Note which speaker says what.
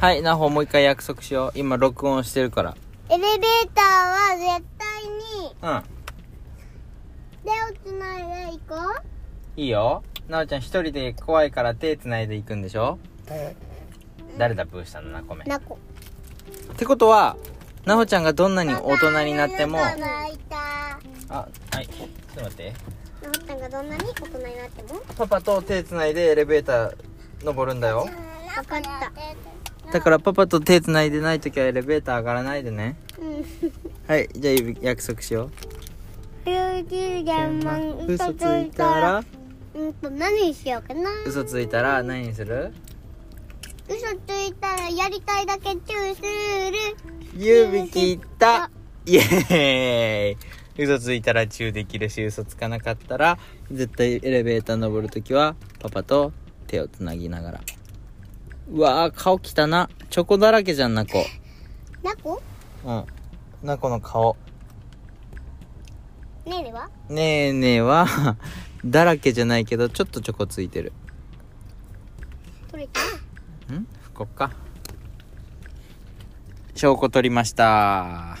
Speaker 1: はい、なほもう一回約束しよう。今録音してるから。
Speaker 2: エレベーターは絶対に
Speaker 1: うん。
Speaker 2: 手をつないでいこう
Speaker 1: いいよ。なおちゃん一人で怖いから手繋いでいくんでしょ誰だブーしたのなこめ。っ
Speaker 2: なこ
Speaker 1: てことは、なほちゃんがどんなに大人になっても、
Speaker 2: パパ泣いた
Speaker 1: あ、はい。ちょっと待って。
Speaker 2: なおちゃんがどんなに大人になっても
Speaker 1: パパと手繋いでエレベーター登るんだよ。
Speaker 2: 分かった
Speaker 1: だからパパと手繋いでないときはエレベーター上がらないでね。
Speaker 2: うん
Speaker 1: はい、じゃあ指約束しよ
Speaker 2: 90
Speaker 1: う。
Speaker 2: 元満
Speaker 1: 嘘ついたら、
Speaker 2: うんと何しようかな
Speaker 1: 嘘ついたら何する
Speaker 2: 嘘ついたらやりたいだけチューする
Speaker 1: 指切ったイエーイ嘘ついたらチューできるし嘘つかなかったら絶対エレベーター登るときはパパと手をつなぎながらうわー顔きたなチョコだらけじゃんなこ
Speaker 2: なこ
Speaker 1: うんなこの顔
Speaker 2: ねえでは
Speaker 1: ねえねえは だらけじゃないけどちょっとチョコついてる
Speaker 2: 取れた
Speaker 1: んこっか証拠取りました